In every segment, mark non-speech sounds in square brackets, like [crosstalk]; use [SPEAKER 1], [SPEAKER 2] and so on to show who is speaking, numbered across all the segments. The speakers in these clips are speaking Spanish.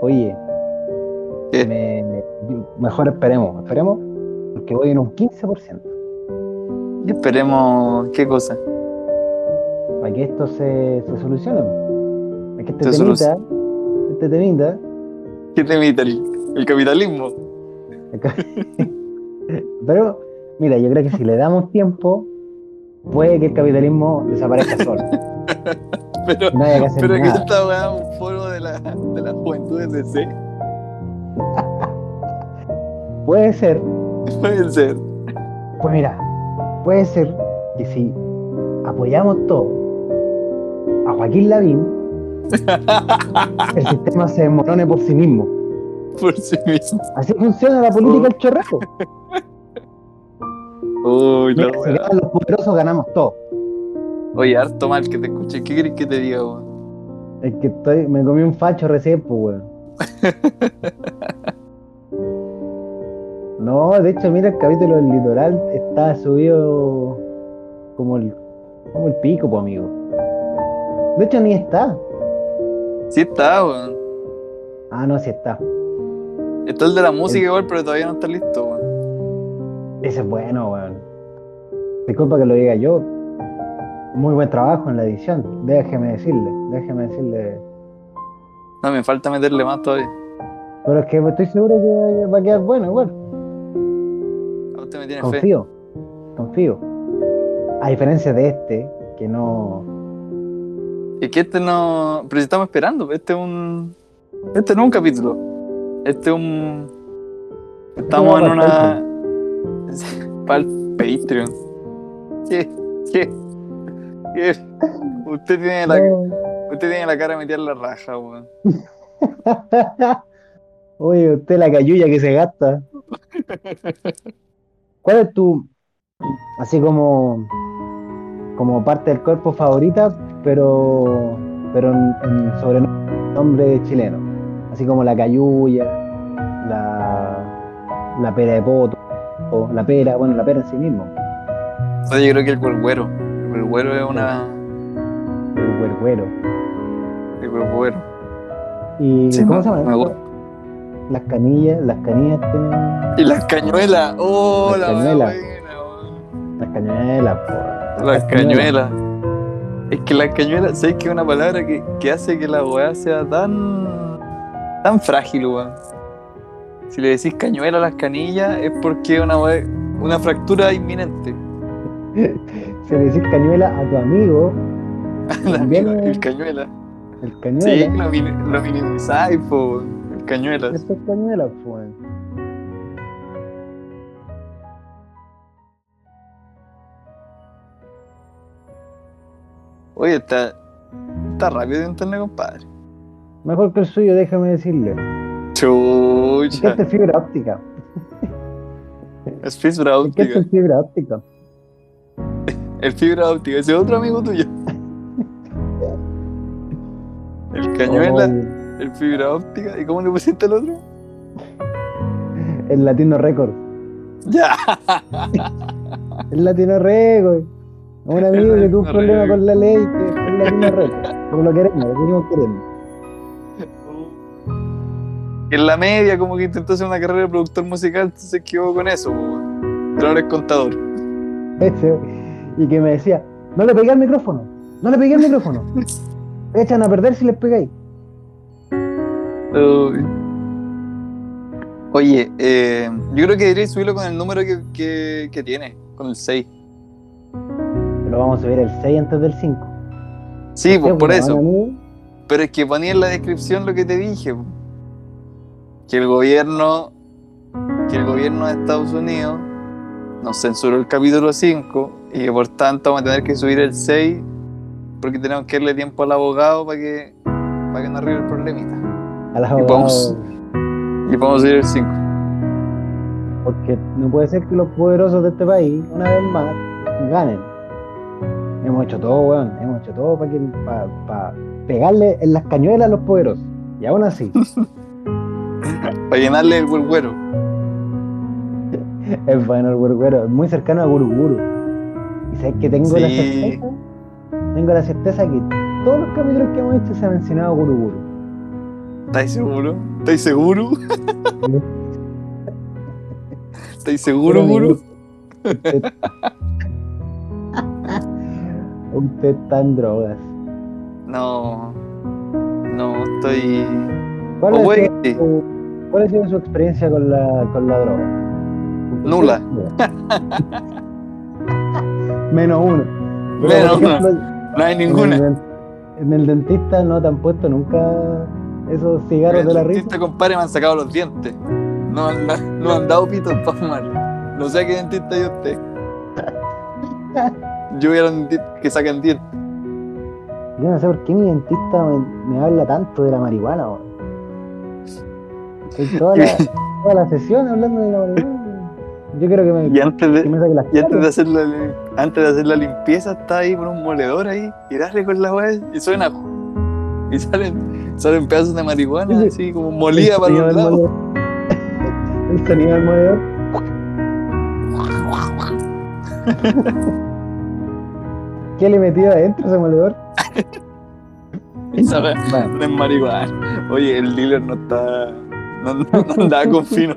[SPEAKER 1] Oye,
[SPEAKER 2] ¿Qué?
[SPEAKER 1] me- mejor esperemos, esperemos, porque voy en un 15%.
[SPEAKER 2] Y esperemos qué cosa.
[SPEAKER 1] para que esto se, se solucione. Para que este
[SPEAKER 2] Se
[SPEAKER 1] temita, este temita,
[SPEAKER 2] ¿Qué te evita el, el capitalismo? [laughs]
[SPEAKER 1] acá- pero mira, yo creo que si le damos tiempo, puede que el capitalismo desaparezca solo. [laughs]
[SPEAKER 2] Pero,
[SPEAKER 1] No haya que hacer
[SPEAKER 2] pero que
[SPEAKER 1] nada.
[SPEAKER 2] esta weá es un foro de la, de la juventud de DC.
[SPEAKER 1] Puede ser,
[SPEAKER 2] Puede ser.
[SPEAKER 1] pues mira, puede ser que si apoyamos todo a Joaquín Lavín,
[SPEAKER 2] [laughs]
[SPEAKER 1] el sistema se desmorone por sí mismo.
[SPEAKER 2] Por sí mismo.
[SPEAKER 1] Así funciona la política del chorreo.
[SPEAKER 2] Uy, la
[SPEAKER 1] Mira, si
[SPEAKER 2] weá.
[SPEAKER 1] ganan los poderosos, ganamos todo.
[SPEAKER 2] Oye, harto mal que te escuche. ¿Qué querés que te diga, weón?
[SPEAKER 1] Es que estoy, me comí un facho recién, pues, weón. No, de hecho, mira, el capítulo del litoral está subido como el, como el pico, pues, amigo. De hecho, ni está.
[SPEAKER 2] Sí está, weón.
[SPEAKER 1] Ah, no, sí está.
[SPEAKER 2] Está el de la música
[SPEAKER 1] El-
[SPEAKER 2] igual, pero todavía no está listo, weón.
[SPEAKER 1] Ese es bueno, weón. Disculpa que lo diga yo. Muy buen trabajo en la edición. Déjeme decirle, déjeme decirle.
[SPEAKER 2] No, me falta meterle más todavía.
[SPEAKER 1] Pero es que estoy seguro que va a quedar bueno, igual.
[SPEAKER 2] A usted me tiene fe.
[SPEAKER 1] Confío, confío. A diferencia de este, que no.
[SPEAKER 2] Es que este no. Pero si estamos esperando. Este es un. Este no es un capítulo. Este es un. Estamos
[SPEAKER 1] va
[SPEAKER 2] en
[SPEAKER 1] pa'l
[SPEAKER 2] una. [laughs] Para el Patreon. ¿Qué? ¿Qué? ¿Qué? Usted tiene la, usted tiene la cara metida en la raja, weón.
[SPEAKER 1] Oye, usted la cayuya que se gasta. ¿Cuál es tu. Así como. Como parte del cuerpo favorita, pero. Pero en, en sobrenombre chileno. Así como la cayuya, la. La pera de poto, o la pera, bueno, la pera en sí mismo.
[SPEAKER 2] O sea, yo creo que el cuerguero. El cuerguero es una.
[SPEAKER 1] El cuercuero.
[SPEAKER 2] El cuerguero.
[SPEAKER 1] ¿Y
[SPEAKER 2] Sí,
[SPEAKER 1] cómo
[SPEAKER 2] me-
[SPEAKER 1] se llama?
[SPEAKER 2] me gusta.
[SPEAKER 1] Las canillas, las canillas tienen.
[SPEAKER 2] Y las cañuelas. Oh,
[SPEAKER 1] Las
[SPEAKER 2] la weá
[SPEAKER 1] cañuelas.
[SPEAKER 2] buena, weón.
[SPEAKER 1] Las cañuelas, po.
[SPEAKER 2] Las cañuelas. Es que las cañuelas, ¿sabes que es una palabra que, que hace que la weá sea tan. tan frágil, weón? Si le decís cañuela a las canillas es porque es una weá- una fractura inminente. [laughs]
[SPEAKER 1] Si pues. le decís cañuela a tu amigo,
[SPEAKER 2] La-
[SPEAKER 1] Bien.
[SPEAKER 2] el cañuela.
[SPEAKER 1] el
[SPEAKER 2] Sí,
[SPEAKER 1] cañuela.
[SPEAKER 2] lo, min- lo minimizáis, po, weón. El cañuela.
[SPEAKER 1] Esto es cañuela, pues.
[SPEAKER 2] Oye, está. está rápido de internet, compadre.
[SPEAKER 1] Mejor que el suyo, déjame decirle. ¿Qué [laughs]
[SPEAKER 2] Chucha.
[SPEAKER 1] es fibra óptica?
[SPEAKER 2] Es fibra
[SPEAKER 1] ¿Qué
[SPEAKER 2] óptica.
[SPEAKER 1] es fibra óptica?
[SPEAKER 2] El fibra óptica, ese es otro
[SPEAKER 1] [laughs]
[SPEAKER 2] amigo tuyo. El cañuela.
[SPEAKER 1] Oh,
[SPEAKER 2] El fibra óptica. ¿Y cómo le pusiste al otro?
[SPEAKER 1] el Latino Record.
[SPEAKER 2] Ya.
[SPEAKER 1] El Latino Record. Un amigo
[SPEAKER 2] El
[SPEAKER 1] que tuvo un
[SPEAKER 2] Latino
[SPEAKER 1] problema
[SPEAKER 2] Record.
[SPEAKER 1] con la ley, que es el Latino Record. Como lo queremos, lo seguimos queriendo.
[SPEAKER 2] En la media, como que intentó hacer una carrera de productor musical, entonces se equivocó con eso. po, weón. Pero ahora es contador.
[SPEAKER 1] Ese, y que me decía, no le pegué al micrófono, no le pegué al
[SPEAKER 2] [laughs]
[SPEAKER 1] micrófono. Echan a perder si les pegáis.
[SPEAKER 2] Uy. Oye, eh, yo creo que debería subirlo con el número que, que- que tiene, con el 6.
[SPEAKER 1] Lo vamos a subir el 6 antes del 5.
[SPEAKER 2] Sí, pues
[SPEAKER 1] Sí,
[SPEAKER 2] por
[SPEAKER 1] pues,
[SPEAKER 2] eso.
[SPEAKER 1] bueno, amigo,
[SPEAKER 2] Pero es que ponía en la descripción lo que te dije. po. Que el gobierno. Que el gobierno de Estados Unidos nos censuró el capítulo 5 y que por tanto vamos a tener que subir el 6 porque tenemos que darle tiempo al abogado para que, para que no arregle el problemita.
[SPEAKER 1] A las
[SPEAKER 2] Y vamos.
[SPEAKER 1] abogadas,
[SPEAKER 2] Y podemos subir el 5.
[SPEAKER 1] Porque no puede ser que los poderosos de este país, una vez más, ganen. Hemos hecho todo, weón. Hemos hecho todo para para pegarle en las cañuelas a los poderosos. Y aún así,
[SPEAKER 2] Para llenarle el huelguero.
[SPEAKER 1] es bueno el Guruguru, Es muy cercano a Guruguru. Y sabes que tengo la
[SPEAKER 2] Sí.
[SPEAKER 1] certeza. Tengo la certeza que todos los capítulos que hemos hecho se ha mencionado Guruguru.
[SPEAKER 2] ¿Estáis seguro? ¿Estáis seguro? [laughs] ¿Estáis seguro, gurú?
[SPEAKER 1] Usted... Usted está en drogas.
[SPEAKER 2] No. No, estoy.
[SPEAKER 1] ¿Cuál,
[SPEAKER 2] O
[SPEAKER 1] ha
[SPEAKER 2] Oh, güey,
[SPEAKER 1] sido su, cuál ha sido su experiencia con la, con la droga?
[SPEAKER 2] Nula.
[SPEAKER 1] [laughs] Menos uno. Pero, por
[SPEAKER 2] Menos
[SPEAKER 1] ejemplo,
[SPEAKER 2] No hay
[SPEAKER 1] En el,
[SPEAKER 2] ninguna.
[SPEAKER 1] den- en el dentista no te han puesto nunca esos cigarros de la risa.
[SPEAKER 2] Dentista, compadre, me han sacado los dientes. No han, no han dado pitos para fumar. No sé qué dentista yo
[SPEAKER 1] [laughs]
[SPEAKER 2] usted. Yo voy a los dentistas que sacan dientes.
[SPEAKER 1] Yo no sé por qué mi dentista me, me habla tanto de la marihuana, weón. Estoy
[SPEAKER 2] [laughs]
[SPEAKER 1] toda la, toda la sesión hablando de la marihuana. weón. Yo quiero que me,
[SPEAKER 2] Y antes de,
[SPEAKER 1] que me saque las
[SPEAKER 2] Y antes de
[SPEAKER 1] caries.
[SPEAKER 2] hacer la, li- antes de hacer la limpieza, está ahí con un moledor ahí, y dale con la weá, y suena. Y salen, salen pedazos de marihuana,
[SPEAKER 1] Sí,
[SPEAKER 2] así como molida para
[SPEAKER 1] sonido
[SPEAKER 2] los
[SPEAKER 1] del
[SPEAKER 2] lados.
[SPEAKER 1] moledor. [laughs] El sonido del
[SPEAKER 2] [laughs]
[SPEAKER 1] moledor. ¿Qué le metió adentro ese moledor?
[SPEAKER 2] Esa weá
[SPEAKER 1] Bueno,
[SPEAKER 2] es marihuana. Oye, el dealer no está. No, no- no andaba con fino.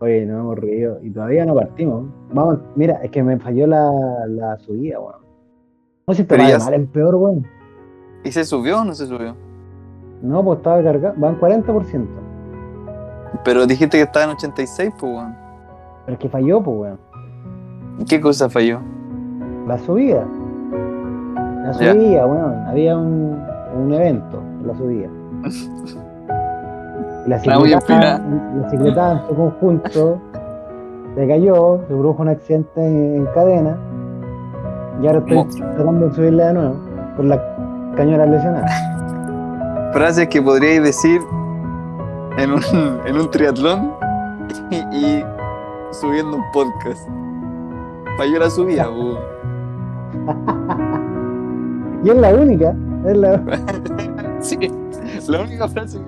[SPEAKER 1] Oye, no hemos reído y todavía no partimos. Vamos, mira, es que me falló la, la subida, weón. No sé si
[SPEAKER 2] Pero
[SPEAKER 1] estaba de
[SPEAKER 2] ya-
[SPEAKER 1] mal el peor, weón.
[SPEAKER 2] ¿Y se subió o no se subió?
[SPEAKER 1] No, pues estaba cargado. Van 40%.
[SPEAKER 2] Pero dijiste que estaba en 86, pues weón.
[SPEAKER 1] Pero es que falló, pues, weón.
[SPEAKER 2] ¿Qué cosa falló?
[SPEAKER 1] La subida. La
[SPEAKER 2] Ya.
[SPEAKER 1] subida, weón. Había un, un evento en la
[SPEAKER 2] [laughs]
[SPEAKER 1] subida. Y La
[SPEAKER 2] La voy a
[SPEAKER 1] cicletada, la cicletada en su conjunto se cayó, se produjo un accidente en, en cadena. Y ahora estoy
[SPEAKER 2] Mo-
[SPEAKER 1] tratando de subirla de nuevo por las cañonas lesionadas.
[SPEAKER 2] Frases que podríais decir en un, [laughs] en un triatlón y, y subiendo un podcast. Falló la subida, pues, weón.
[SPEAKER 1] Y es la única. Es la,
[SPEAKER 2] [laughs] Sí, la única frase que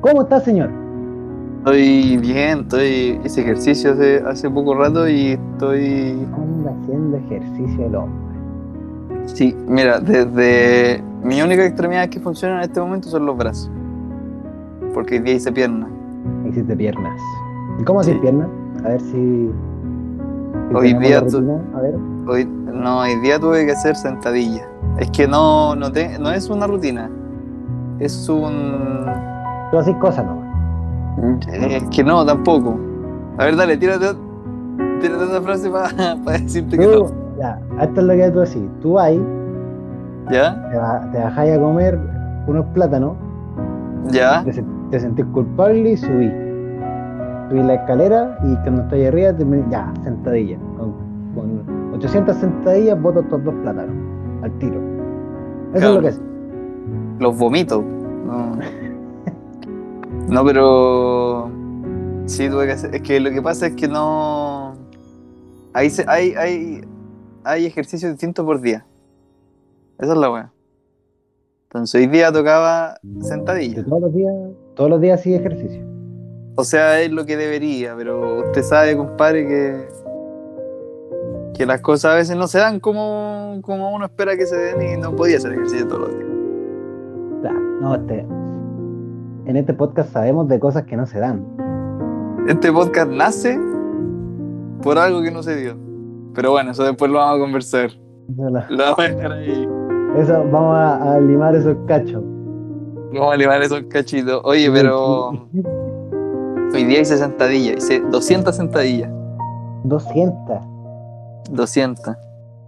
[SPEAKER 1] ¿Cómo está, señor?
[SPEAKER 2] Estoy bien, estoy hice ejercicio hace, hace poco rato y estoy...
[SPEAKER 1] Anda haciendo ejercicio el hombre.
[SPEAKER 2] Sí, mira, desde... Mi única extremidad que funciona en este momento son los brazos. Porque hoy día hice pierna.
[SPEAKER 1] Hiciste piernas. ¿Y cómo haces
[SPEAKER 2] Sí.
[SPEAKER 1] piernas? A ver si. si
[SPEAKER 2] Hoy
[SPEAKER 1] tenemos
[SPEAKER 2] día
[SPEAKER 1] la
[SPEAKER 2] tu-
[SPEAKER 1] rutina. A ver.
[SPEAKER 2] Hoy, no, hoy día tuve que hacer sentadilla. Es que no, no, te- no es una rutina. Es un...
[SPEAKER 1] Tú haces cosas nomás.
[SPEAKER 2] Es que no, tampoco. A ver, dale, tírate, tírate esa frase [laughs] para decirte que
[SPEAKER 1] Tú,
[SPEAKER 2] no.
[SPEAKER 1] ya, esto es lo que tú haces. Tú ahí,
[SPEAKER 2] ¿Ya?
[SPEAKER 1] te, ba- te bajáis a comer unos plátanos,
[SPEAKER 2] ¿Ya?
[SPEAKER 1] te, sen- te sentís culpable y subí. Subí la escalera y cuando estoy arriba, te, me- ya, sentadilla. Con, con 800 sentadillas, boto estos dos plátanos al tiro. Eso es
[SPEAKER 2] Claro.
[SPEAKER 1] lo que haces.
[SPEAKER 2] los vomito. No. No, pero sí tuve que hacer. Es que lo que pasa es que no. Ahí se- hay, hay, hay ejercicios distintos por día. Esa es la weá. Entonces hoy día tocaba
[SPEAKER 1] Yo
[SPEAKER 2] sentadilla.
[SPEAKER 1] todos los días, todos los días sí ejercicio.
[SPEAKER 2] O sea, es lo que debería, pero usted sabe, compadre, que, que las cosas a veces no se dan como, como uno espera que se den y no podía hacer ejercicio todos los días.
[SPEAKER 1] Ya, no, este, en este podcast sabemos de cosas que no se dan.
[SPEAKER 2] Este podcast nace por algo que no se dio. Pero bueno, eso después lo vamos a conversar.
[SPEAKER 1] Eso, lo-
[SPEAKER 2] Lo vamos a dejar ahí.
[SPEAKER 1] eso, vamos a, a limar esos cachos.
[SPEAKER 2] Vamos a elevar esos cachitos. Oye, pero hoy día hice sentadilla. Hice 200 sentadillas.
[SPEAKER 1] 200.
[SPEAKER 2] 200.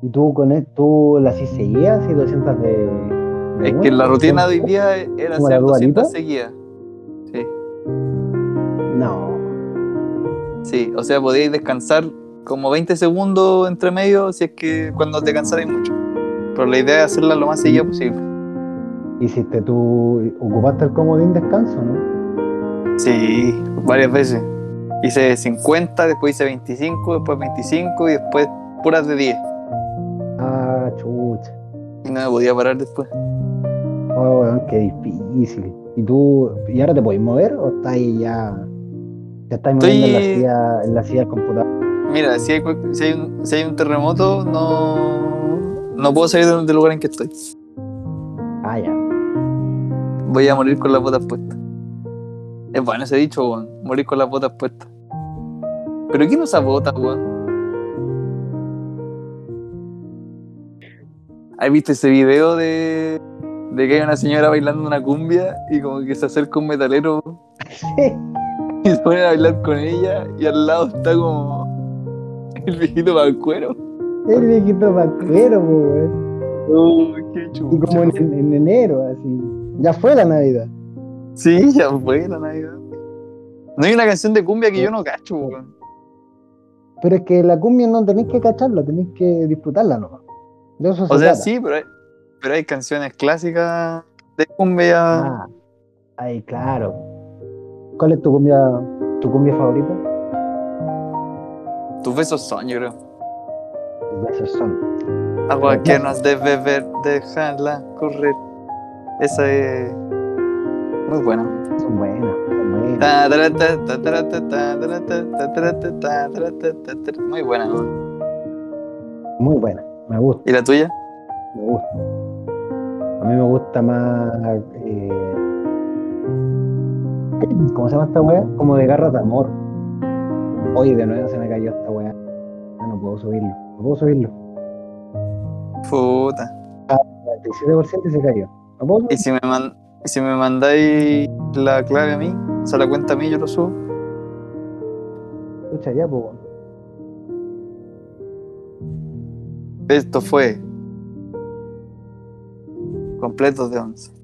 [SPEAKER 1] ¿Y tú con él, tú las sí seguías y 200 de. de
[SPEAKER 2] Es
[SPEAKER 1] una?
[SPEAKER 2] que la rutina de hoy día era
[SPEAKER 1] ¿Como la
[SPEAKER 2] hacer
[SPEAKER 1] Dua
[SPEAKER 2] 200
[SPEAKER 1] Lipa?
[SPEAKER 2] seguidas. Sí.
[SPEAKER 1] No.
[SPEAKER 2] Sí, o sea, podíais descansar como 20 segundos entre medio si es que cuando te cansáis mucho. Pero la idea es hacerla lo más seguida posible.
[SPEAKER 1] Hiciste tú. Ocupaste el comodín descanso, ¿no?
[SPEAKER 2] Sí, varias veces. Hice 50, después hice 25, después 25 y después puras de 10.
[SPEAKER 1] Ah, chucha.
[SPEAKER 2] Y no me podía parar después.
[SPEAKER 1] Oh, weón, qué difícil. ¿Y tú. ¿Y ahora te podés mover o estás ahí ya. Ya estás
[SPEAKER 2] Estoy-
[SPEAKER 1] moviendo en la silla, en la silla del computador?
[SPEAKER 2] Mira, si hay, cual- si hay un, si hay un terremoto, no, no puedo salir del, del lugar en que estoy.
[SPEAKER 1] Ah, ya. [laughs]
[SPEAKER 2] Voy a morir con las botas puestas. Es bueno ese dicho, weón. Morir con las botas puestas. Pero ¿quién usa botas, weón? ¿Has visto ese video de, de que hay una señora bailando una cumbia y como que se acerca un metalero [laughs] y se ponen a bailar con ella y al lado está como [laughs] el viejito bancuero?
[SPEAKER 1] El viejito vaquero, po, weón.
[SPEAKER 2] Oh, qué
[SPEAKER 1] Y como en, en- en enero, así. Ya fue la Navidad.
[SPEAKER 2] Sí, ya fue la Navidad. No hay una canción de cumbia que yo no cacho, weón.
[SPEAKER 1] Pero es que la cumbia no tenéis que cacharla, tenéis que disfrutarla nomás. De eso se
[SPEAKER 2] O sea,
[SPEAKER 1] trata.
[SPEAKER 2] sí, pero hay, pero hay canciones clásicas de cumbia.
[SPEAKER 1] Ah, ay, claro. ¿Cuál es tu cumbia, tu cumbia favorita?
[SPEAKER 2] Tus besos son, yo creo.
[SPEAKER 1] Los besos son.
[SPEAKER 2] Agua que no has de beber, déjala correr. Esa es muy buena.
[SPEAKER 1] Son buenas, son buenas.
[SPEAKER 2] Ta, tara, ta, ta, tara, ta, ta, tara, ta, ta, tara, ta, ta, tara, ta, ta, tara. Muy buena. weón.
[SPEAKER 1] Muy buenas. Me gusta.
[SPEAKER 2] ¿Y la tuya?
[SPEAKER 1] me gusta. A mí me gusta más. eh, ¿Cómo se llama esta weá? Como de garras de amor. Oye, de nuevo se me cayó esta weá. Ah, no puedo subirlo. No puedo subirlo.
[SPEAKER 2] Puta.
[SPEAKER 1] El 17% se cayó. No puedo
[SPEAKER 2] ¿Y si me, man- y si me mandáis la clave a mí? O sea, la cuenta a mí, yo lo subo.
[SPEAKER 1] escuchar ya, pues. weón.
[SPEAKER 2] Esto fue completos de once.